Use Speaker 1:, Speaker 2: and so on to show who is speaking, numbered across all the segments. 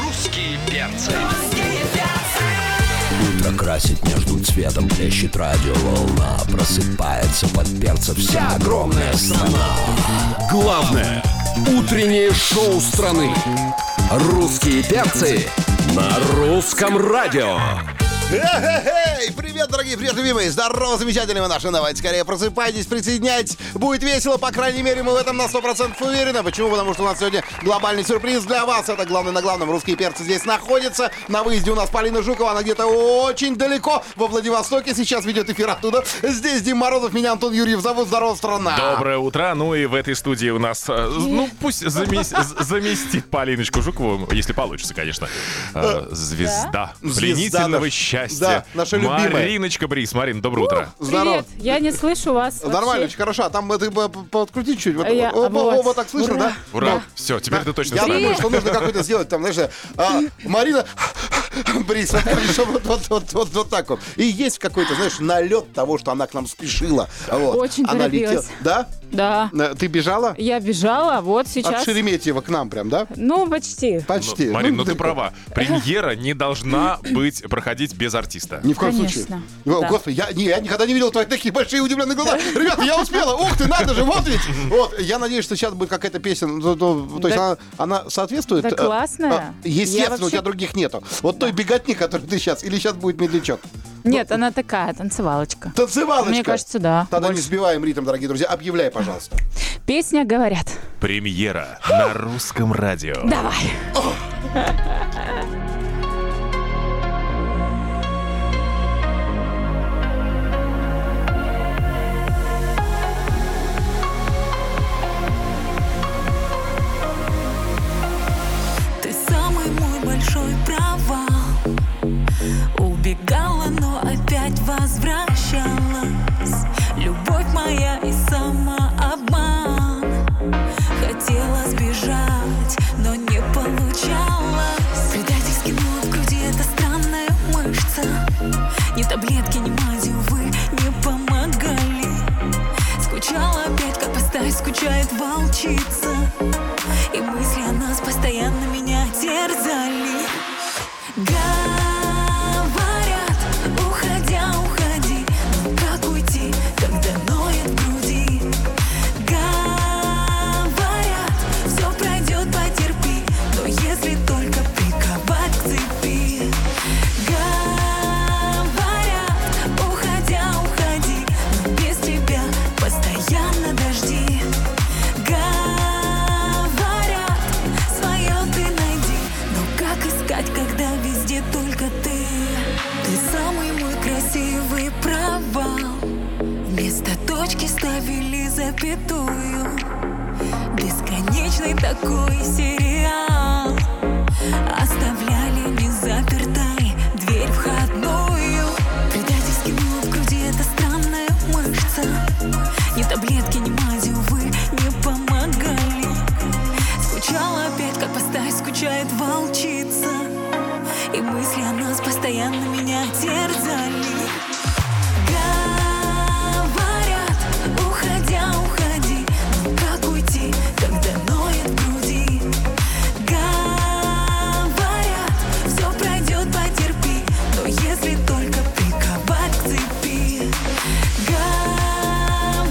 Speaker 1: Русские перцы.
Speaker 2: Луна красит между цветом, плещет радиоволна Просыпается под перца вся огромная страна
Speaker 3: Главное утреннее шоу страны.
Speaker 2: Русские перцы
Speaker 3: На русском радио.
Speaker 4: Эй, привет, дорогие, привет, любимые! Здорово, замечательные вы наши! Давайте скорее просыпайтесь, присоединяйтесь. Будет весело, по крайней мере, мы в этом на 100% уверены. Почему? Потому что у нас сегодня глобальный сюрприз для вас. Это главное на главном. Русские перцы здесь находятся. На выезде у нас Полина Жукова, она где-то очень далеко, во Владивостоке. Сейчас ведет эфир оттуда. Здесь Дим Морозов, меня Антон Юрьев зовут. Здорово, страна!
Speaker 5: Доброе утро. Ну и в этой студии у нас, э, ну пусть замес- з- заместит Полиночку Жукову, если получится, конечно. э, Звезда
Speaker 4: Звезда
Speaker 5: пленительного
Speaker 4: наш-
Speaker 5: счастья.
Speaker 4: да, наша любимая.
Speaker 5: Мариночка Брис. Марин, доброе утро.
Speaker 4: Здорово!
Speaker 6: Привет, я не слышу вас. вообще.
Speaker 4: Нормально, очень хорошо. А там это бы п- подкрутить чуть. Вот,
Speaker 6: А я-
Speaker 4: о, о,
Speaker 6: вот.
Speaker 4: о, вот так слышно,
Speaker 6: Ура.
Speaker 4: да?
Speaker 5: Ура. Все, теперь ты точно
Speaker 4: Я
Speaker 5: с нами.
Speaker 4: думаю, что нужно какой-то сделать, там, знаешь, а, Марина Брис, вот, вот, вот, вот, вот, вот так вот. И есть какой-то, знаешь, налет того, что она к нам спешила. Вот.
Speaker 6: Очень
Speaker 4: она летела.
Speaker 6: торопилась.
Speaker 4: Да?
Speaker 6: Да.
Speaker 4: Э, Ты бежала?
Speaker 6: Я бежала, вот сейчас.
Speaker 4: От Шереметьева к нам прям, да?
Speaker 6: Ну, почти.
Speaker 4: Почти.
Speaker 5: Марин,
Speaker 4: Ну,
Speaker 5: ну ты
Speaker 4: далеко.
Speaker 5: права. Премьера не должна быть проходить без артиста.
Speaker 4: Ни в коем
Speaker 6: Конечно,
Speaker 4: случае.
Speaker 6: да.
Speaker 4: О, Господи, я, не, я никогда не видел твои такие большие удивленные глаза. Ребята, я успела. Ух ты, надо же, вот ведь. Вот, я надеюсь, что сейчас будет какая-то песня. ну, ну, ну, То есть
Speaker 6: Да-
Speaker 4: она, она соответствует?
Speaker 6: да
Speaker 4: э,
Speaker 6: классная.
Speaker 4: э, Естественно,
Speaker 6: Я вообще-
Speaker 4: у тебя других нету. Вот той беготни, которую ты сейчас, или сейчас будет медлячок.
Speaker 6: Нет, она такая, танцевалочка.
Speaker 4: Танцевалочка.
Speaker 6: Мне кажется, да.
Speaker 4: Тогда не сбиваем ритм, дорогие друзья. Объявляй, пожалуйста.
Speaker 6: Песня говорят.
Speaker 5: Премьера на русском радио.
Speaker 6: Давай.
Speaker 7: Ты самый мой большой провал Убегала, но опять возвращалась Любовь моя и самообман Хотела сбежать, но не получалось Предательски нула в груди эта странная мышца Ни таблетки, ни мази, увы, не помогали Скучала опять, как постась скучает волчица И мысли о нас постоянно меня терзали Говорят, уходя, уходи Но как уйти, когда ноет в груди? Говорят, все пройдет, потерпи Но если только приковать к цепи Говорят, уходя, уходи Но без тебя постоянно дожди Говорят, свое ты найди Но как искать, когда везде только ты? Ты самый мой красивый провал Вместо точки ставили запятую Бесконечный такой сериал Оставляли незапертой дверь входную Предательски нула в груди эта странная мышца Ни таблетки, ни мази, увы, не помогали Скучала опять, как постась скучает волчица И мысли о нас постоянно меня терзали Говорят, уходя, уходи, но как уйти, когда ноет в груди? Говорят, все пройдет, потерпи, но если только приковать к цепи. Говорят,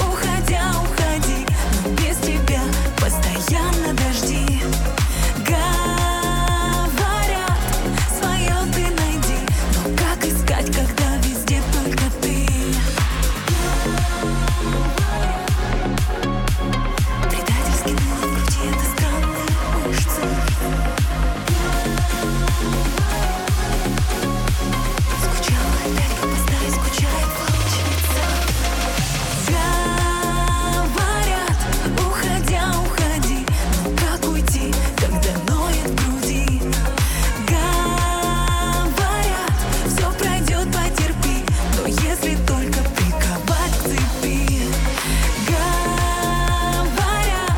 Speaker 7: уходя, уходи, но без тебя постоянно дожди. Говорят, свое ты найди, но как искать, когда везде только ты? Предательски ныла в груди эта странная мышца. Скучала опять, как постарь скучает волчица. Говорят, уходя, уходи, но как уйти, когда ноет в груди? Говорят, все пройдет, потерпи, но если только приковать к цепи. Говорят,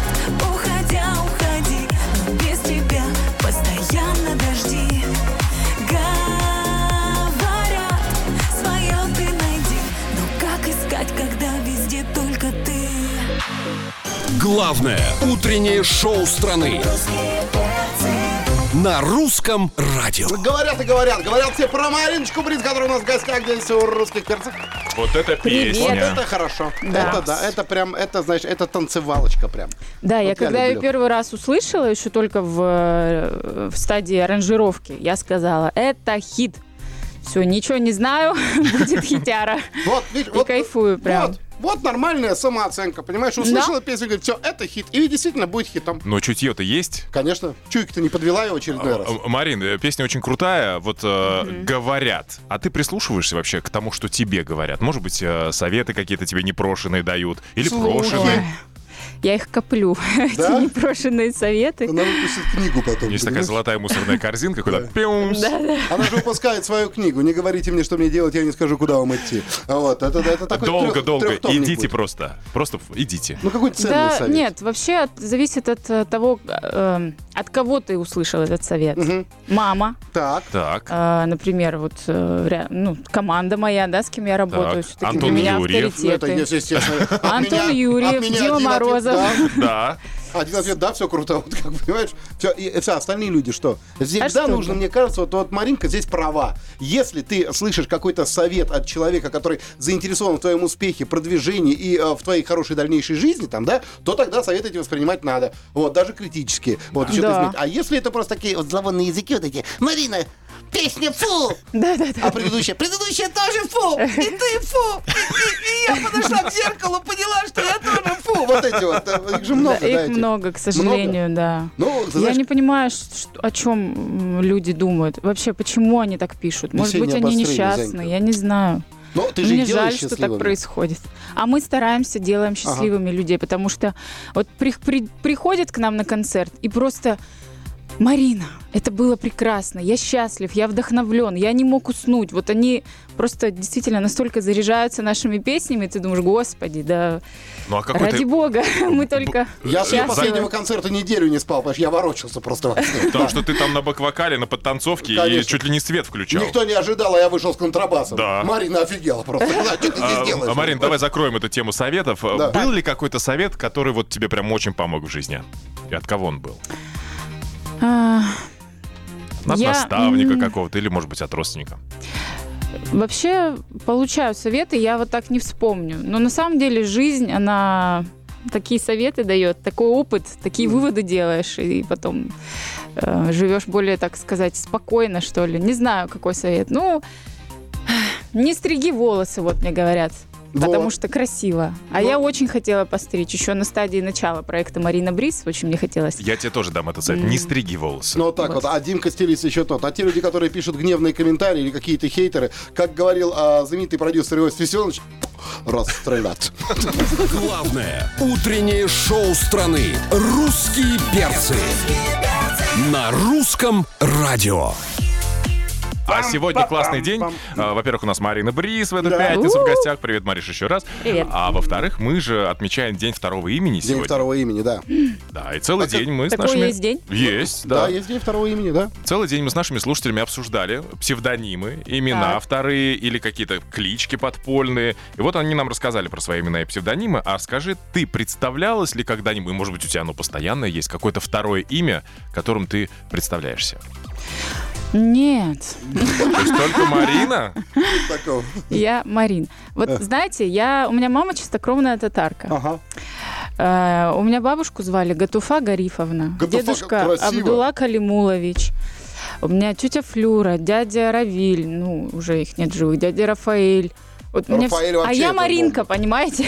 Speaker 7: уходя, уходи, но без тебя постоянно дожди. Говорят, свое ты найди, но как искать, когда везде только ты?
Speaker 3: Главное утреннее шоу страны.
Speaker 2: на русском радио.
Speaker 4: Говорят и говорят. Говорят все про Мариночку Брин, которая у нас в гостях здесь у русских перцев.
Speaker 5: Вот это песня.
Speaker 4: Это хорошо.
Speaker 6: Да.
Speaker 4: Это да, это прям, это, знаешь, это танцевалочка прям.
Speaker 6: Да, я
Speaker 4: Вот я
Speaker 6: когда ее
Speaker 4: люблю.
Speaker 6: первый раз услышала, еще только в, э, в стадии аранжировки, я сказала, это хит. Все, ничего не знаю, будет хитяра.
Speaker 4: Вот, видишь,
Speaker 6: И кайфую прям.
Speaker 4: Вот, вот нормальная самооценка, понимаешь? Услышала песню, говорит, все, это хит. И действительно будет хитом.
Speaker 5: Но чутье-то есть.
Speaker 4: Конечно, чуйка-то не подвела его очередной раз.
Speaker 5: Э, Марин, э, песня очень крутая, вот э, говорят. А ты прислушиваешься вообще к тому, что тебе говорят? Может быть, э, советы какие-то тебе непрошенные дают? Или
Speaker 4: Ой.
Speaker 5: прошенные?
Speaker 6: Я их коплю,
Speaker 4: Да?
Speaker 6: эти непрошенные советы.
Speaker 4: Она выпустит книгу потом.
Speaker 5: Есть такая
Speaker 4: понимаешь?
Speaker 5: золотая мусорная корзинка, куда пиумс.
Speaker 4: Она же выпускает свою книгу. Не говорите мне, что мне делать, я не скажу, куда вам идти. А Вот, это, это такой
Speaker 5: Долго,
Speaker 4: трёх-
Speaker 5: долго.
Speaker 4: трёхтомник
Speaker 5: Идите
Speaker 4: будет.
Speaker 5: просто. Просто в- идите.
Speaker 4: Ну, какой ценный
Speaker 6: Да,
Speaker 4: совет.
Speaker 6: нет, вообще от- зависит от э, того, э, от кого ты услышал этот совет. Мама,
Speaker 4: Так.
Speaker 5: Так.
Speaker 6: э, например, вот э, ря- ну, команда моя, да, с кем я работаю,
Speaker 5: Так,
Speaker 6: все-таки
Speaker 5: Антон
Speaker 6: для меня
Speaker 5: Юрьев.
Speaker 4: Ну, это,
Speaker 6: авторитеты.
Speaker 4: если естественно. от
Speaker 6: Антон
Speaker 4: меня-
Speaker 6: Юрьев,
Speaker 4: от меня
Speaker 6: Дима
Speaker 4: один ответ
Speaker 6: Морозов.
Speaker 4: «да».
Speaker 5: Да.
Speaker 4: Один ответ, да, все круто, вот как понимаешь. Все, и, все, остальные люди что? Здесь,
Speaker 6: А
Speaker 4: да,
Speaker 6: что
Speaker 4: нужно,
Speaker 6: вы?
Speaker 4: мне кажется, вот, вот Маринка здесь права. Если ты слышишь какой-то совет от человека, который заинтересован в твоем успехе, продвижении и э, в твоей хорошей дальнейшей жизни, там, да, то тогда советы эти воспринимать надо. Вот, даже критически. Вот, еще
Speaker 6: Да.
Speaker 4: А если это просто такие вот зловонные языки, вот такие, Марина, песня фу! А предыдущая, предыдущая тоже фу! И ты фу! И, и- и я подошла к зеркалу, поняла, что я тоже фу! Вот эти вот, э, их же много, да,
Speaker 6: Да, их
Speaker 4: этих.
Speaker 6: много, к сожалению, да.
Speaker 4: Ну, ты
Speaker 6: Я
Speaker 4: знаешь,
Speaker 6: не понимаю, ш- что- о чем люди думают. Вообще, почему они так пишут? Может
Speaker 4: Весеннее
Speaker 6: быть, они
Speaker 4: обострение,
Speaker 6: несчастны,
Speaker 4: Занька.
Speaker 6: я не знаю.
Speaker 4: ну, ты же
Speaker 6: Мне
Speaker 4: их делаешь
Speaker 6: жаль, что так
Speaker 4: счастливыми.
Speaker 6: происходит. А мы стараемся, делаем счастливыми людей, потому что вот при- при- приходят к нам на концерт и просто Марина, это было прекрасно, я счастлив, я вдохновлен, я не мог уснуть. Вот они просто действительно настолько заряжаются нашими песнями, ты думаешь, господи, да
Speaker 5: Ну а какой
Speaker 6: ради
Speaker 5: ты...
Speaker 6: бога, мы только
Speaker 4: Я с ее
Speaker 5: Э,
Speaker 4: последнего
Speaker 6: счастливы.
Speaker 4: концерта неделю не спал, понимаешь, я ворочался просто во сне.
Speaker 5: Потому что ты там на бэк-вокале, на подтанцовке и
Speaker 4: Конечно.
Speaker 5: чуть ли не свет включал.
Speaker 4: Никто не ожидал, а я вышел с контрабасом.
Speaker 5: Да.
Speaker 4: Марина офигела просто. Она, Что ты здесь
Speaker 5: А,
Speaker 4: делаешь?
Speaker 5: а, Марин, давай закроем эту тему советов.
Speaker 4: Да.
Speaker 5: Был ли какой-то совет, который вот тебе прям очень помог в жизни? И от кого он был?
Speaker 6: А,
Speaker 5: От
Speaker 6: Я,
Speaker 5: наставника
Speaker 6: м,
Speaker 5: какого-то или, может быть, от родственника?
Speaker 6: Вообще получаю советы, я вот так не вспомню. Но на самом деле жизнь, она такие советы дает, такой опыт, такие выводы делаешь, и потом э, живешь более, так сказать, спокойно, что ли. Не знаю, какой совет. Ну, не стриги волосы, вот мне говорят. Потому
Speaker 4: Вот.
Speaker 6: что красиво. А я очень хотела постричь еще на стадии начала проекта Марина Брис. Очень мне хотелось.
Speaker 5: Я тебе тоже дам этот совет. Не стриги волосы.
Speaker 4: Ну вот так вот. А Димка Стилис еще тот. А те люди, которые пишут гневные комментарии или какие-то хейтеры, как говорил а, знаменитый продюсер Иосиф Виссарионович, расстрелять.
Speaker 2: Главное утреннее шоу страны «Русские перцы» на русском радио.
Speaker 5: А сегодня классный день. А, Во-первых, у нас Марина Брис в эту пятницу в
Speaker 6: У-у.
Speaker 5: гостях. Привет, Мариш, еще раз.
Speaker 6: Привет.
Speaker 5: А во-вторых, мы же отмечаем День второго имени
Speaker 4: День
Speaker 5: сегодня.
Speaker 4: второго имени, да.
Speaker 5: Да, и целый день мы с
Speaker 6: Такой
Speaker 5: нашими...
Speaker 6: есть день?
Speaker 5: Есть,
Speaker 4: Да,
Speaker 5: да.
Speaker 4: есть день второго имени, да.
Speaker 5: Целый день мы с нашими слушателями обсуждали псевдонимы, имена
Speaker 6: Так.
Speaker 5: вторые или какие-то клички подпольные. И вот они нам рассказали про свои имена и псевдонимы. А скажи, ты представлялась ли когда-нибудь, может быть, у тебя оно постоянное есть, какое-то второе имя, которым ты представляешься?
Speaker 6: Нет.
Speaker 5: То есть только Марина?
Speaker 4: Такого.
Speaker 6: Я Марин. Вот знаете, я, у меня мама чистокровная татарка.
Speaker 4: Ага.
Speaker 6: Э, У меня бабушку звали Гатуфа Гарифовна,
Speaker 4: Гатуфа,
Speaker 6: дедушка
Speaker 4: как красиво.
Speaker 6: Абдулла Калимулович. У меня тетя Флюра, дядя Равиль, ну, уже их нет в живых, дядя Рафаэль. Вот у меня вс-
Speaker 4: Рафаэль
Speaker 6: а
Speaker 4: вообще, я
Speaker 6: я Маринка,
Speaker 4: помню.
Speaker 6: понимаете?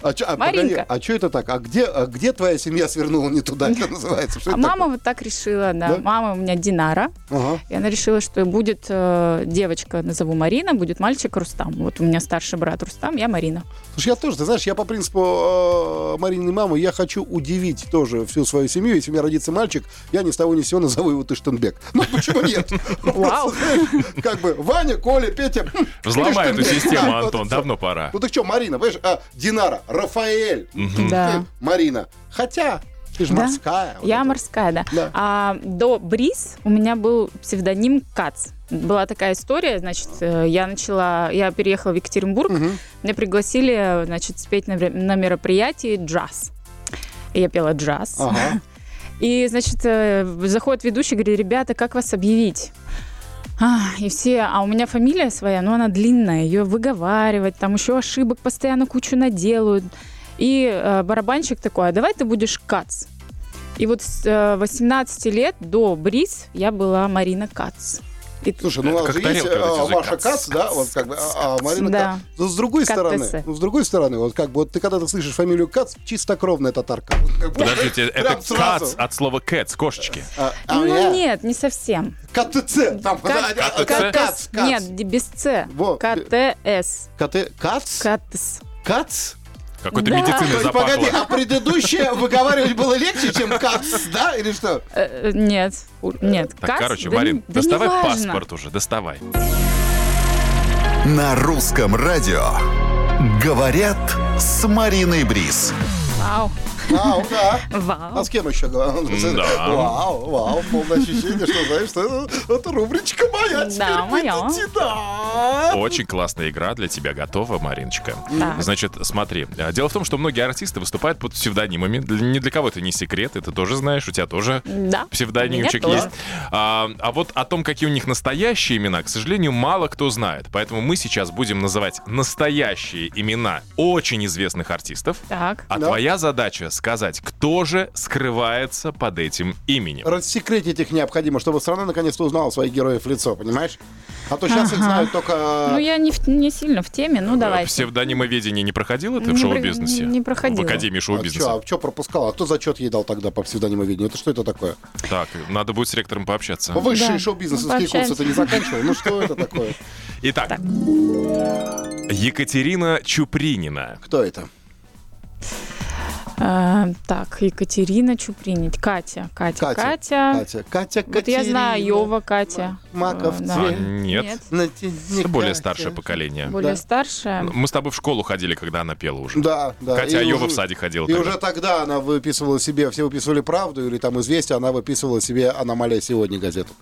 Speaker 4: А чё- а,
Speaker 6: Маринка.
Speaker 4: погоди, а что это так? А где, а где твоя семья свернула не туда, это называется? Что
Speaker 6: А
Speaker 4: это
Speaker 6: мама вот так решила, да.
Speaker 4: Да?
Speaker 6: Мама у меня Динара,
Speaker 4: такое? Ага.
Speaker 6: и она решила, что будет э, девочка, назову Марина, будет мальчик Рустам. Вот у меня старший брат Рустам, я Марина.
Speaker 4: Слушай, я тоже, ты знаешь, я по принципу э, Марины мамы, я хочу удивить тоже всю свою семью. Если у меня родится мальчик, я ни с того ни с сего назову его Тыштенбек. Ну, почему нет? Ну,
Speaker 6: Вау.
Speaker 4: Как бы Ваня, Коля, Петя. хм,
Speaker 5: Взломай эту
Speaker 4: Тыштенбек.
Speaker 5: систему,
Speaker 4: Да, вот
Speaker 5: Антон,
Speaker 4: и всё.
Speaker 5: давно пора.
Speaker 4: Ну так что, Марина, понимаешь, а, Динара, Рафаэль,
Speaker 6: Да.
Speaker 4: Марина. Хотя, ты же
Speaker 6: Да.
Speaker 4: морская. вот
Speaker 6: Я
Speaker 4: это.
Speaker 6: морская, да.
Speaker 4: Да.
Speaker 6: А до Бриз у меня был псевдоним Кац. Была такая история, значит, э, я начала, я переехала в Екатеринбург, меня пригласили, значит, спеть на, вре- на мероприятии джаз. И я пела джаз.
Speaker 4: Ага.
Speaker 6: И, значит, э, заходит ведущий, говорит, ребята, как вас объявить? А, и все, а у меня фамилия своя, но она длинная, ее выговаривать, там еще ошибок постоянно кучу наделают. И э, барабанщик такой, а давай ты будешь Кац. И вот с э, 18 лет до Бриз я была Марина Кац. И тут-
Speaker 4: Слушай, ну у
Speaker 5: Это
Speaker 4: вас же
Speaker 5: как
Speaker 4: есть
Speaker 5: тарелки вот эти
Speaker 4: а,
Speaker 5: вот,
Speaker 4: Маша
Speaker 5: кац,
Speaker 4: Кац, да, вот как бы, а а Марина
Speaker 6: Да.
Speaker 4: Кац. Ну, с другой
Speaker 6: Кац.
Speaker 4: стороны, ну, с другой стороны, вот как бы, вот ты когда ты слышишь фамилию Кац, чистокровная татарка. Вот как бы,
Speaker 5: Подождите, это
Speaker 4: прям сразу.
Speaker 5: кац от слова кэтс, кошечки.
Speaker 4: А, а у меня
Speaker 6: Ну нет, не совсем.
Speaker 4: КТЦ, там,
Speaker 6: Ка-
Speaker 4: а, а,
Speaker 5: КТЦ?
Speaker 4: Кац, Кац.
Speaker 6: Нет, д- без С.
Speaker 4: Во.
Speaker 6: КТС.
Speaker 4: КТ, Кац,
Speaker 6: Катс.
Speaker 4: Кац.
Speaker 5: Какой-то
Speaker 6: Да.
Speaker 5: медицины
Speaker 4: Погоди, Погоди,
Speaker 5: запахло.
Speaker 4: а предыдущее выговаривать было легче, чем Кац, да, или что?
Speaker 6: Э, э, Нет. У- Нет.
Speaker 5: Так,
Speaker 6: Кац?
Speaker 5: короче,
Speaker 6: Да не-
Speaker 5: Марин,
Speaker 6: да
Speaker 5: доставай
Speaker 6: неважно.
Speaker 5: паспорт уже, доставай.
Speaker 1: На русском радио говорят с Мариной Брис.
Speaker 6: Вау.
Speaker 4: Вау, да. А
Speaker 6: Вау.
Speaker 4: с кем еще?
Speaker 5: Да.
Speaker 4: Вау, вау, полное ощущение, что знаешь, что это, это рубричка моя теперь
Speaker 6: Да,
Speaker 4: будет
Speaker 6: моя.
Speaker 4: идти, да.
Speaker 5: Очень классная игра для тебя готова, Мариночка.
Speaker 6: Так.
Speaker 5: Значит, смотри. а, Дело в том, что многие артисты выступают под псевдонимами. Для- Ни для кого это не секрет, и ты тоже знаешь, у тебя тоже
Speaker 6: Да.
Speaker 5: псевдонимчик
Speaker 6: У меня
Speaker 5: есть.
Speaker 6: тоже.
Speaker 5: А, а вот о том, какие у них настоящие имена, к сожалению, мало кто знает. Поэтому мы сейчас будем называть настоящие имена очень известных артистов.
Speaker 6: Так.
Speaker 5: А
Speaker 4: Да.
Speaker 5: твоя задача сказать, кто же скрывается под этим именем.
Speaker 4: Рассекретить их необходимо, чтобы страна наконец-то узнала своих героев в лицо, понимаешь? А то сейчас их знают только...
Speaker 6: Ну, я не, в- не сильно в теме, ну, давай.
Speaker 5: Псевдонимоведение не проходило ты в
Speaker 6: Не про-
Speaker 5: шоу-бизнесе?
Speaker 6: не
Speaker 5: В
Speaker 6: проходила.
Speaker 5: Академии шоу-бизнеса.
Speaker 4: А что пропускал? А кто зачет ей дал тогда по псевдонимоведению? Это что это такое?
Speaker 5: Так, надо будет с ректором пообщаться.
Speaker 4: Высшие
Speaker 6: Да.
Speaker 4: шоу-бизнесовские
Speaker 6: Пообщаемся.
Speaker 4: курсы ты не заканчивал? Ну что это такое?
Speaker 5: Итак. Екатерина Чупринина.
Speaker 4: Кто это?
Speaker 6: А, так, Екатерина Чупринить. Катя. Катя.
Speaker 4: Катя.
Speaker 6: Катя.
Speaker 4: Катя. Катя
Speaker 6: Вот я знаю, Йова Катя.
Speaker 4: Маков
Speaker 6: Э,
Speaker 4: Цвет.
Speaker 5: А,
Speaker 6: да.
Speaker 5: нет.
Speaker 6: Нет.
Speaker 5: Это более старшее поколение.
Speaker 6: Более
Speaker 4: Да.
Speaker 6: старшая.
Speaker 5: Мы с тобой в школу ходили, когда она пела уже.
Speaker 4: Да, да.
Speaker 5: Катя
Speaker 4: И
Speaker 5: Айова
Speaker 4: уже-
Speaker 5: в саде
Speaker 4: И
Speaker 5: ходила. тогда.
Speaker 4: уже тогда она выписывала себе, все выписывали правду или там известие, она выписывала себе «Аномалия сегодня» газету.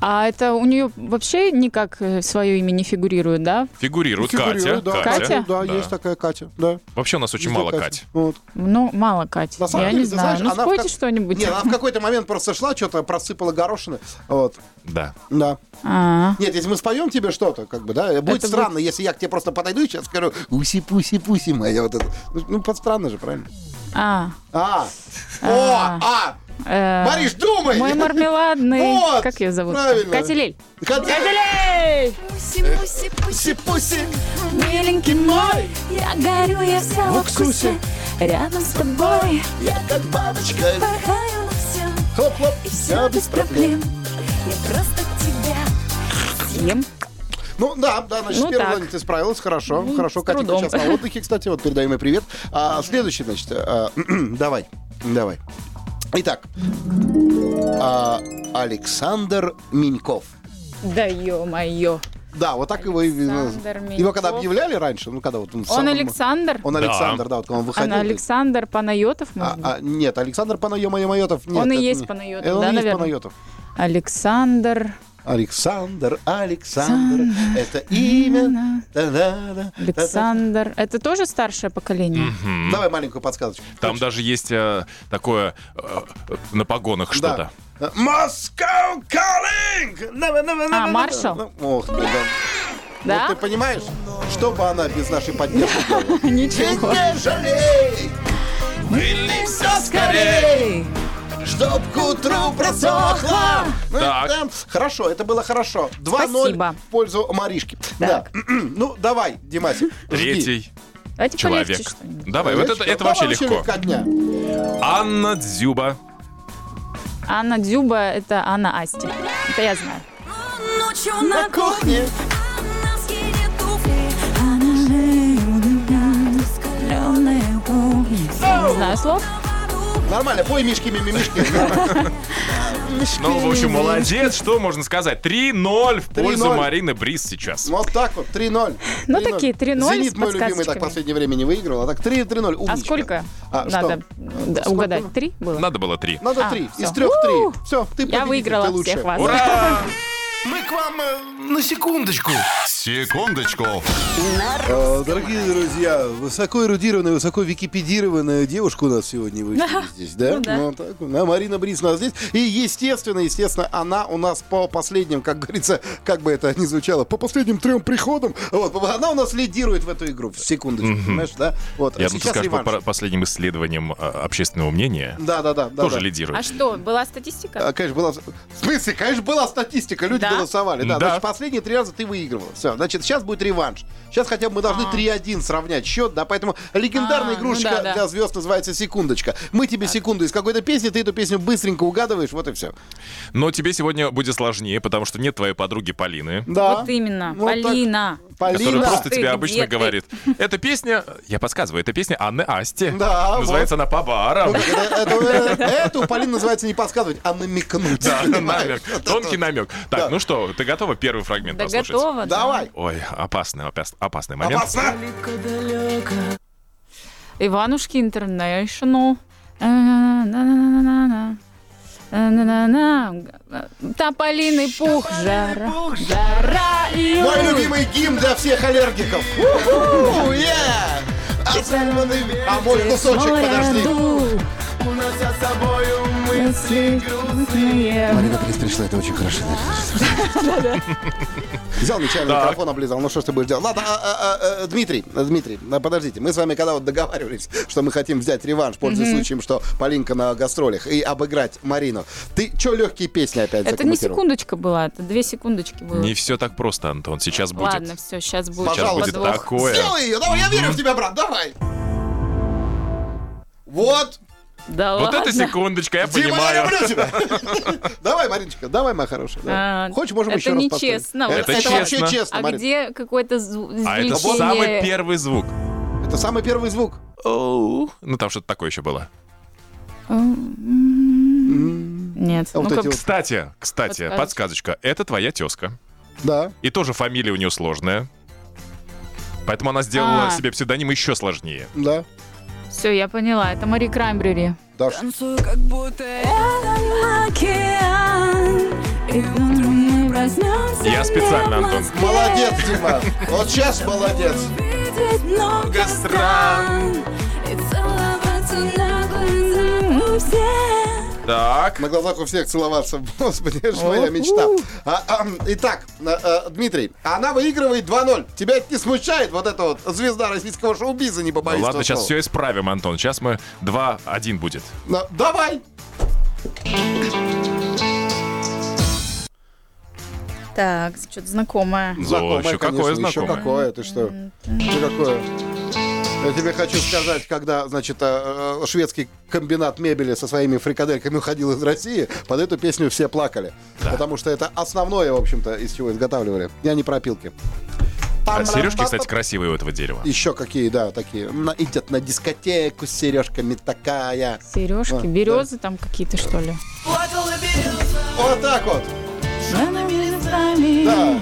Speaker 6: А это у нее вообще никак свое имя не фигурирует, да?
Speaker 5: Фигурирует Катя.
Speaker 4: Фигурирует, да.
Speaker 6: Катя?
Speaker 4: Да, есть такая Катя, да.
Speaker 5: Вообще у нас очень
Speaker 4: Везде
Speaker 5: мало Кать.
Speaker 4: Вот.
Speaker 6: Ну, мало Катя.
Speaker 4: На самом
Speaker 6: Я
Speaker 4: деле,
Speaker 6: не
Speaker 4: ты
Speaker 6: знаю.
Speaker 4: знаешь,
Speaker 6: ну,
Speaker 4: она в
Speaker 6: спойте
Speaker 4: как-
Speaker 6: что-нибудь.
Speaker 4: Нет, она в какой-то момент просто шла, что-то просыпала горошины. Вот,
Speaker 5: Да.
Speaker 4: да.
Speaker 6: А.
Speaker 4: Нет, если мы споем тебе что-то, как бы, да, будет
Speaker 6: Это
Speaker 4: странно, если я к тебе просто подойду и сейчас скажу «Уси-пуси-пуси моя вот это». Ну, Ну, под странно же, правильно?
Speaker 6: А,
Speaker 4: А! О! А!
Speaker 6: э,
Speaker 4: Мариш, думай!
Speaker 6: мой мармеладный.
Speaker 4: Вот,
Speaker 6: как ее зовут?
Speaker 4: правильно.
Speaker 6: Кателель.
Speaker 4: Катя!
Speaker 6: Кателель!
Speaker 7: Пуси, пуси, пуси,
Speaker 4: Пуси-пуси!
Speaker 7: миленький мой Я горю, я вся в уксусе Рядом с тобой
Speaker 4: Я как бабочка!
Speaker 7: порхаю на всем
Speaker 4: Хлоп-хлоп!
Speaker 7: И
Speaker 4: Я
Speaker 7: все
Speaker 4: без
Speaker 7: без
Speaker 4: проблем.
Speaker 7: проблем Я просто тебя
Speaker 6: Ем.
Speaker 4: Ну да, да, значит,
Speaker 6: Ну,
Speaker 4: с первого
Speaker 6: так. Ну,
Speaker 4: задания ты справилась, хорошо, хорошо.
Speaker 6: с
Speaker 4: Катенька
Speaker 6: трудом.
Speaker 4: сейчас на отдыхе, кстати, вот передаем ей привет. А, следующий, значит, а, давай, давай. Итак, а, Александр Миньков.
Speaker 6: Да ё-моё.
Speaker 4: Да, вот так его и
Speaker 6: Александр
Speaker 4: Его когда
Speaker 6: Миньков.
Speaker 4: объявляли раньше, ну когда вот он... в
Speaker 6: Он
Speaker 4: самом-
Speaker 6: Александр?
Speaker 4: Он Александр, да, вот когда он выходил.
Speaker 6: Она Александр Панайотов, может
Speaker 4: А,
Speaker 6: быть?
Speaker 4: а, нет, Александр Панайо Майотов. Нет,
Speaker 6: Он и
Speaker 4: это
Speaker 6: есть
Speaker 4: не-
Speaker 6: Панайотов,
Speaker 4: Э, Он
Speaker 6: да,
Speaker 4: и есть
Speaker 6: наверное?
Speaker 4: Панайотов.
Speaker 6: Александр.
Speaker 4: Александр, Александр, это имя. Та-да-да.
Speaker 6: Александр. Это тоже старшее поколение?
Speaker 4: Давай маленькую подсказочку.
Speaker 5: Там даже есть э, такое э, э, на погонах что-то.
Speaker 4: Да. Moscow calling! Never, never,
Speaker 6: А,
Speaker 4: never,
Speaker 6: маршал?
Speaker 4: never. Ну, Ох, ты, да.
Speaker 6: Да?
Speaker 4: Вот ты понимаешь, что бы она без нашей поддержки делала?
Speaker 6: Ничего.
Speaker 4: Не жалей, вели все скорей, чтоб к утру просохло. Ну,
Speaker 5: Так.
Speaker 4: там- Хорошо, это было хорошо. 2-0
Speaker 6: Спасибо.
Speaker 4: в пользу Маришки.
Speaker 6: Так.
Speaker 4: Да. Ну, давай, Димасик, жги.
Speaker 5: Третий
Speaker 6: Давайте
Speaker 5: человек.
Speaker 6: полегче что-нибудь.
Speaker 5: Давай, вот это, это
Speaker 4: Давай
Speaker 5: вообще легко.
Speaker 4: легко дня.
Speaker 5: Анна Дзюба.
Speaker 6: Анна Дзюба, это Анна Асти. Это я знаю.
Speaker 7: Ночью
Speaker 4: На
Speaker 7: на
Speaker 4: кухне.
Speaker 7: кухне Она скинет туфли А Она живет меня Раскаленные угли
Speaker 6: Я не знаю слов.
Speaker 4: Нормально, пой, мишки, мимимишки.
Speaker 5: Ну, в общем, молодец, что можно сказать. 3-0 в пользу
Speaker 4: 3:0.
Speaker 5: Марины Брис сейчас.
Speaker 4: Вот так вот, 3-0.
Speaker 6: Ну,
Speaker 4: 3:0.
Speaker 6: такие 3:0 с
Speaker 4: Зенит мой любимый так
Speaker 6: подсказочками.
Speaker 4: в последнее время не выиграл, а так 3-3-0.
Speaker 6: А
Speaker 4: умничка.
Speaker 6: сколько
Speaker 4: А, что?
Speaker 6: надо да,
Speaker 4: Сколько?
Speaker 6: угадать? Три было?
Speaker 5: Надо было три.
Speaker 4: Надо
Speaker 6: А,
Speaker 4: три. Из
Speaker 6: всё.
Speaker 4: трех
Speaker 6: У!
Speaker 4: три. Все, ты победитель,
Speaker 6: Я
Speaker 4: ты
Speaker 6: выиграла
Speaker 4: лучшая.
Speaker 6: всех вас.
Speaker 5: Ура!
Speaker 8: Мы к вам э, на секундочку.
Speaker 9: Секундочку.
Speaker 4: А, Дорогие друзья, высоко эрудированная, высоко википедированная девушка у нас сегодня в эфире здесь, да?
Speaker 6: Ну да.
Speaker 4: вот так вот. Да, Марина Брис у нас здесь. И, естественно, естественно, она у нас по последним, как говорится, как бы это ни звучало, по последним трем приходам, вот, она у нас лидирует в эту игру. Секундочку, понимаешь, да? Вот,
Speaker 5: Я
Speaker 4: а
Speaker 5: думаю, ты
Speaker 4: сейчас
Speaker 5: скажешь по
Speaker 4: реванш.
Speaker 5: по последним исследованиям а, общественного мнения.
Speaker 4: Да, да, да. да,
Speaker 5: Тоже
Speaker 4: да.
Speaker 6: А
Speaker 5: лидирует.
Speaker 6: что, была статистика?
Speaker 4: А, конечно, была... В смысле, конечно, была статистика, люди
Speaker 6: Да?
Speaker 4: голосовали. Да,
Speaker 5: Да.
Speaker 4: Значит, последние три раза ты выигрывал. Все, значит, сейчас будет реванш. Сейчас хотя бы мы должны 3-1 сравнять счет, да, поэтому легендарная
Speaker 6: А, ну
Speaker 4: игрушечка
Speaker 6: да, да.
Speaker 4: для звезд называется «Секундочка». Мы тебе секунду из какой-то песни, ты эту песню быстренько угадываешь, вот и все.
Speaker 5: Но тебе сегодня будет сложнее, потому что нет твоей подруги Полины.
Speaker 4: Да.
Speaker 6: Вот именно,
Speaker 4: Ну, так-
Speaker 6: Полина.
Speaker 5: Которая
Speaker 4: Полина.
Speaker 5: просто
Speaker 6: Ты
Speaker 5: тебе
Speaker 6: где
Speaker 5: обычно
Speaker 6: ты?
Speaker 5: говорит. Эта песня, я подсказываю, это песня Анны Асти.
Speaker 4: Да,
Speaker 5: Называется она по барам.
Speaker 4: Это- это- э, Эту Полина называется не подсказывать, а намекнуть.
Speaker 5: Да,
Speaker 4: Понимаешь?
Speaker 5: намек. Тонкий намек. Так, ну что, ты готова первый фрагмент
Speaker 6: Да
Speaker 5: послушать?
Speaker 6: готова. да.
Speaker 4: Давай.
Speaker 5: Ой, опасный, опас- опасный момент.
Speaker 6: Иванушки Интернешнл. На-на-на-на-на. На-на-на-на. Тополиный пух, жара, жара и
Speaker 4: Мой
Speaker 6: ура.
Speaker 4: любимый гимн для всех аллергиков. У-ху, е! А Сальмоны- А мой кусочек,
Speaker 6: Моря
Speaker 4: подожди.
Speaker 6: дул,
Speaker 8: У нас за собою мы
Speaker 6: мысли грустные.
Speaker 4: Марина Прис пришла, это очень хорошо. Взял нечаянно микрофон, облизал. Ну что ж ты будешь делать? Ладно, а, а, а, э, Дмитрий, э, Дмитрий, э, подождите. Мы с вами когда вот договаривались, что мы хотим взять реванш, пользуясь случаем, что Полинка на гастролях, и обыграть Марину. Ты чё легкие песни опять
Speaker 6: Это не
Speaker 4: закомментировал?
Speaker 6: секундочка была, это две секундочки было.
Speaker 5: Не все так просто, Антон. Сейчас будет.
Speaker 6: Ладно, все, сейчас будет
Speaker 5: Сейчас будет
Speaker 6: подвох.
Speaker 5: такое.
Speaker 4: Сделай ее, давай, я верю в тебя, брат, давай. Вот,
Speaker 6: Да
Speaker 5: Вот
Speaker 6: ладно.
Speaker 5: это секундочка, я
Speaker 4: Дима, я
Speaker 5: понимаю.
Speaker 4: люблю тебя. Давай, Мариночка, давай, моя хорошая. давай.
Speaker 6: А,
Speaker 4: Хочешь, можем
Speaker 6: это
Speaker 4: еще раз
Speaker 6: нечестно.
Speaker 4: поставить.
Speaker 5: Это
Speaker 4: Это это вообще
Speaker 5: честно.
Speaker 4: честно,
Speaker 6: А
Speaker 4: Марин.
Speaker 6: где какое-то зв-
Speaker 5: А это
Speaker 6: извлечение?
Speaker 5: самый первый звук.
Speaker 4: Это самый первый звук.
Speaker 5: Оу. Ну там что-то такое еще было.
Speaker 6: Нет,
Speaker 4: А
Speaker 6: Ну,
Speaker 4: вот
Speaker 6: ну-ка,
Speaker 4: эти вот.
Speaker 5: Кстати, кстати,
Speaker 6: Подсказочка.
Speaker 5: подсказочка. Это твоя тезка.
Speaker 4: Да.
Speaker 5: И тоже фамилия у нее сложная. Поэтому она сделала
Speaker 6: А.
Speaker 5: себе псевдоним еще сложнее.
Speaker 4: Да.
Speaker 6: Все, я поняла, это Мари Краймбрери.
Speaker 4: Даш,
Speaker 7: Танцую, как будто это океан И утром мы проснемся
Speaker 5: Я специально, Антон.
Speaker 4: молодец, Дима. Вот сейчас молодец.
Speaker 7: Видеть много стран И целоваться на глазах у всех
Speaker 5: Так.
Speaker 4: На глазах у всех целоваться. Господи, это же моя мечта. А, ам, итак, а, а, Дмитрий, она выигрывает 2-0. Тебя это не смущает? Вот это вот звезда российского шоу-биза, не
Speaker 5: Ну
Speaker 4: побоюсь.
Speaker 5: ладно,
Speaker 4: этого
Speaker 5: сейчас
Speaker 4: слова.
Speaker 5: все исправим, Антон. Сейчас мы 2-1 будет.
Speaker 4: На- Давай.
Speaker 6: Так, что-то знакомое.
Speaker 5: О, еще какое
Speaker 4: конечно, еще
Speaker 5: знакомое.
Speaker 4: какое, ты что? Что какое? Я тебе хочу сказать, когда, значит, э, э, шведский комбинат мебели со своими фрикадельками уходил из России, под эту песню все плакали. Потому что это основное, в общем-то, из чего изготавливали. Я не про пилки.
Speaker 5: А сережки, кстати, красивые у этого дерева.
Speaker 4: Еще какие, да, такие. На- идет на дискотеку с сережками такая. А,
Speaker 6: Сережки, березы там какие-то, что ли?
Speaker 4: Вот так вот. Да.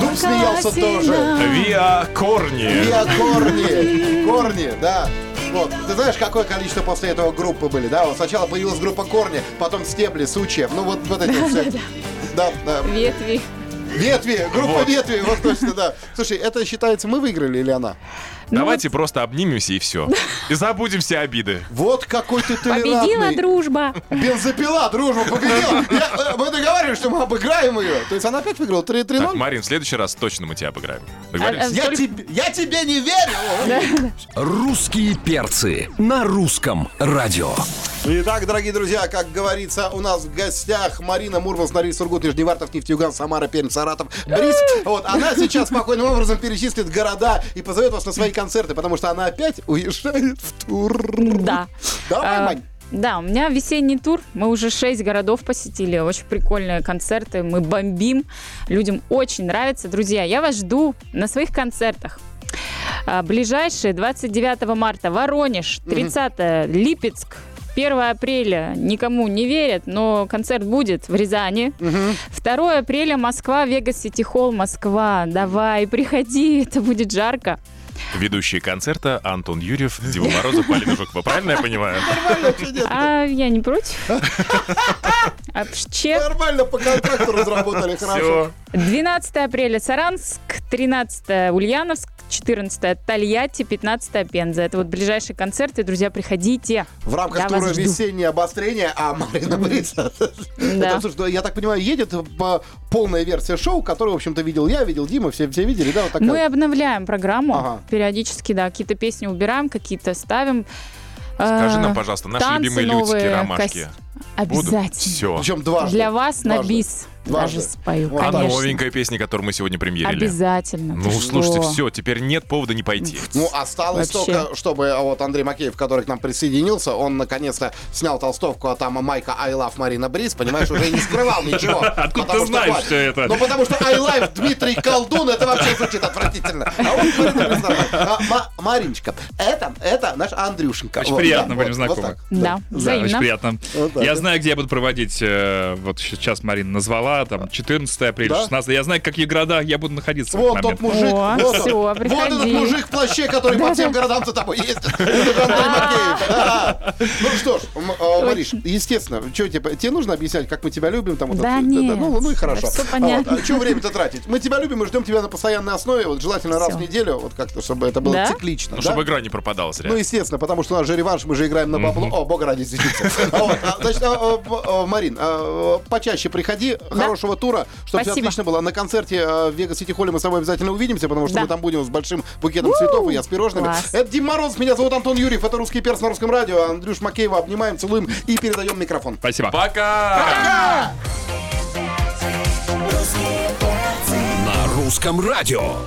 Speaker 4: Дуб смеялся тоже.
Speaker 5: Виа Корни.
Speaker 4: Виа Корни. Корни, да. Вот. Ты знаешь, какое количество после этого группы были, да? Вот сначала появилась группа Корни, потом Стебли, Сучья. Ну вот, вот эти вот все. Да, да.
Speaker 6: Ветви.
Speaker 4: Ветви, группа Ветви, вот точно, да. Слушай, это считается, мы выиграли или она?
Speaker 6: Ну
Speaker 5: Давайте просто обнимемся и все. И забудем все обиды.
Speaker 4: Вот какой ты
Speaker 6: Победила
Speaker 4: толерантный.
Speaker 6: дружба.
Speaker 4: Бензопила, дружба, победила. Я, э, Мы договаривались, что мы обыграем ее. То есть она опять выиграла
Speaker 5: Так,
Speaker 4: 3-3-0?
Speaker 5: Марин, в следующий раз точно мы тебя обыграем.
Speaker 6: А,
Speaker 5: Договорились?
Speaker 4: Я тебе, я тебе не верю!
Speaker 2: Русские перцы на русском радио.
Speaker 4: Итак, дорогие друзья, как говорится, у нас в гостях Марина Мурманс, Норильск, Сургут, Нижневартов, Нефтьюган, Самара, Пермь, Саратов, Брист. Вот, она сейчас спокойным образом перечислит города и позовет вас на свои концерты, потому что она опять уезжает в тур.
Speaker 6: Да.
Speaker 4: Давай,
Speaker 6: А,
Speaker 4: Мань.
Speaker 6: Да, у меня весенний тур. Мы уже шесть городов посетили. Очень прикольные концерты. Мы бомбим. Людям очень нравится. Друзья, я вас жду на своих концертах. А, Ближайшие 29 марта Воронеж, 30 Липецк, 1 апреля никому не верят, но концерт будет в Рязани. 2 апреля Москва, Вегас, Сити Холл, Москва. Давай, приходи, это будет жарко.
Speaker 5: Ведущие концерта Антон Юрьев, Дима Морозов, Полина Жукова. Правильно я понимаю?
Speaker 6: А я не против. А вообще,
Speaker 4: Нормально по контракту разработали, хорошо.
Speaker 5: Все.
Speaker 6: 12 апреля Саранск, 13 Ульяновск, 14 Тольятти, 15 Пенза. Это вот ближайшие концерты. Друзья, приходите.
Speaker 4: В рамках
Speaker 6: Я вас
Speaker 4: тура
Speaker 6: жду.
Speaker 4: «Весеннее обострение», а Марина Бриса,
Speaker 6: Да.
Speaker 4: там, слушай, я так понимаю, едет по- полная версия шоу, которую, в общем-то, видел я, видел Дима, все, все видели, да, вот такая.
Speaker 6: Мы обновляем программу
Speaker 4: Ага.
Speaker 6: периодически, да, какие-то песни убираем, какие-то ставим.
Speaker 5: Скажи
Speaker 6: Э,
Speaker 5: нам, пожалуйста, наши
Speaker 6: танцы
Speaker 5: любимые лютики,
Speaker 6: новые,
Speaker 5: ромашки.
Speaker 6: кос-
Speaker 5: Будут?
Speaker 6: Обязательно.
Speaker 5: Все.
Speaker 4: Причем дважды.
Speaker 6: Для вас на
Speaker 4: Дважды.
Speaker 6: бис
Speaker 4: Дважды.
Speaker 6: даже спою,
Speaker 4: Вот.
Speaker 5: А
Speaker 6: конечно.
Speaker 5: новенькая песня, которую мы сегодня премьерили.
Speaker 6: Обязательно.
Speaker 5: Ну,
Speaker 6: Ты
Speaker 5: слушайте,
Speaker 6: что?
Speaker 5: все, теперь нет повода не пойти.
Speaker 4: Ну, осталось
Speaker 6: Вообще.
Speaker 4: только, чтобы а, вот Андрей Макеев, который к нам присоединился, он наконец-то снял толстовку от Ама Майка I Love Марина Бриз, понимаешь, уже и не скрывал ничего.
Speaker 5: Откуда
Speaker 4: Потому
Speaker 5: ты знаешь
Speaker 4: хватит.
Speaker 5: всё это?
Speaker 4: Ну, потому что I Love Дмитрий Колдун, это вообще звучит отвратительно. А он Марина Бриз нормально. А, Ма- Мариночка, это, это наш Андрюшенька.
Speaker 10: Очень приятно, будем знакомы.
Speaker 4: так.
Speaker 6: Да,
Speaker 10: Да, очень
Speaker 6: взаимно.
Speaker 10: приятно.
Speaker 4: Вот так
Speaker 10: я
Speaker 4: вот.
Speaker 10: знаю, где я буду проводить, э, вот сейчас Марина назвала,
Speaker 5: А.
Speaker 10: там, 14 апреля,
Speaker 4: Да?
Speaker 10: 16 Я знаю, в каких городах я буду находиться. в
Speaker 4: Вот
Speaker 10: этот
Speaker 4: тот
Speaker 10: момент.
Speaker 4: мужик,
Speaker 6: О,
Speaker 4: вот, он.
Speaker 6: всё,
Speaker 4: вот этот
Speaker 6: приходи.
Speaker 4: мужик в плаще, который по всем городам за тобой ездит. Это же Андрей Макеев. Да. Ну что ж, м, а, Мариш, естественно, чё тебе тебе нужно объяснять, как мы тебя любим? там вот
Speaker 6: Да
Speaker 4: это всё?
Speaker 6: нет,
Speaker 4: Ну ну и хорошо.
Speaker 6: всё понятно.
Speaker 4: Чего время-то тратить? Мы тебя любим и ждем тебя на постоянной основе, вот желательно раз в
Speaker 6: Всё.
Speaker 4: неделю, вот как-то, чтобы это было
Speaker 6: Да?
Speaker 4: циклично.
Speaker 5: Ну,
Speaker 4: да?
Speaker 5: чтобы игра не пропадала зря.
Speaker 4: Ну, естественно, потому что у нас же реванш, мы же играем на бабло. О, бога ради, извините. А вот, а, Значит, а, а, б- а, Марин, а, почаще приходи, хорошего тура, чтобы все
Speaker 6: Спасибо.
Speaker 4: отлично было. На концерте а, в Вега-Сити-Холле мы с тобой обязательно увидимся, потому что
Speaker 6: Да.
Speaker 4: мы там будем с большим букетом цветов, и я с пирожными.
Speaker 6: класс.
Speaker 4: Это Дим Мороз, меня зовут Антон Юрьев, это «Русский перс» на Русском радио. Андрюш Макеева обнимаем, целуем и передаем микрофон.
Speaker 10: Спасибо.
Speaker 11: Русские перцы.
Speaker 2: На русском радио.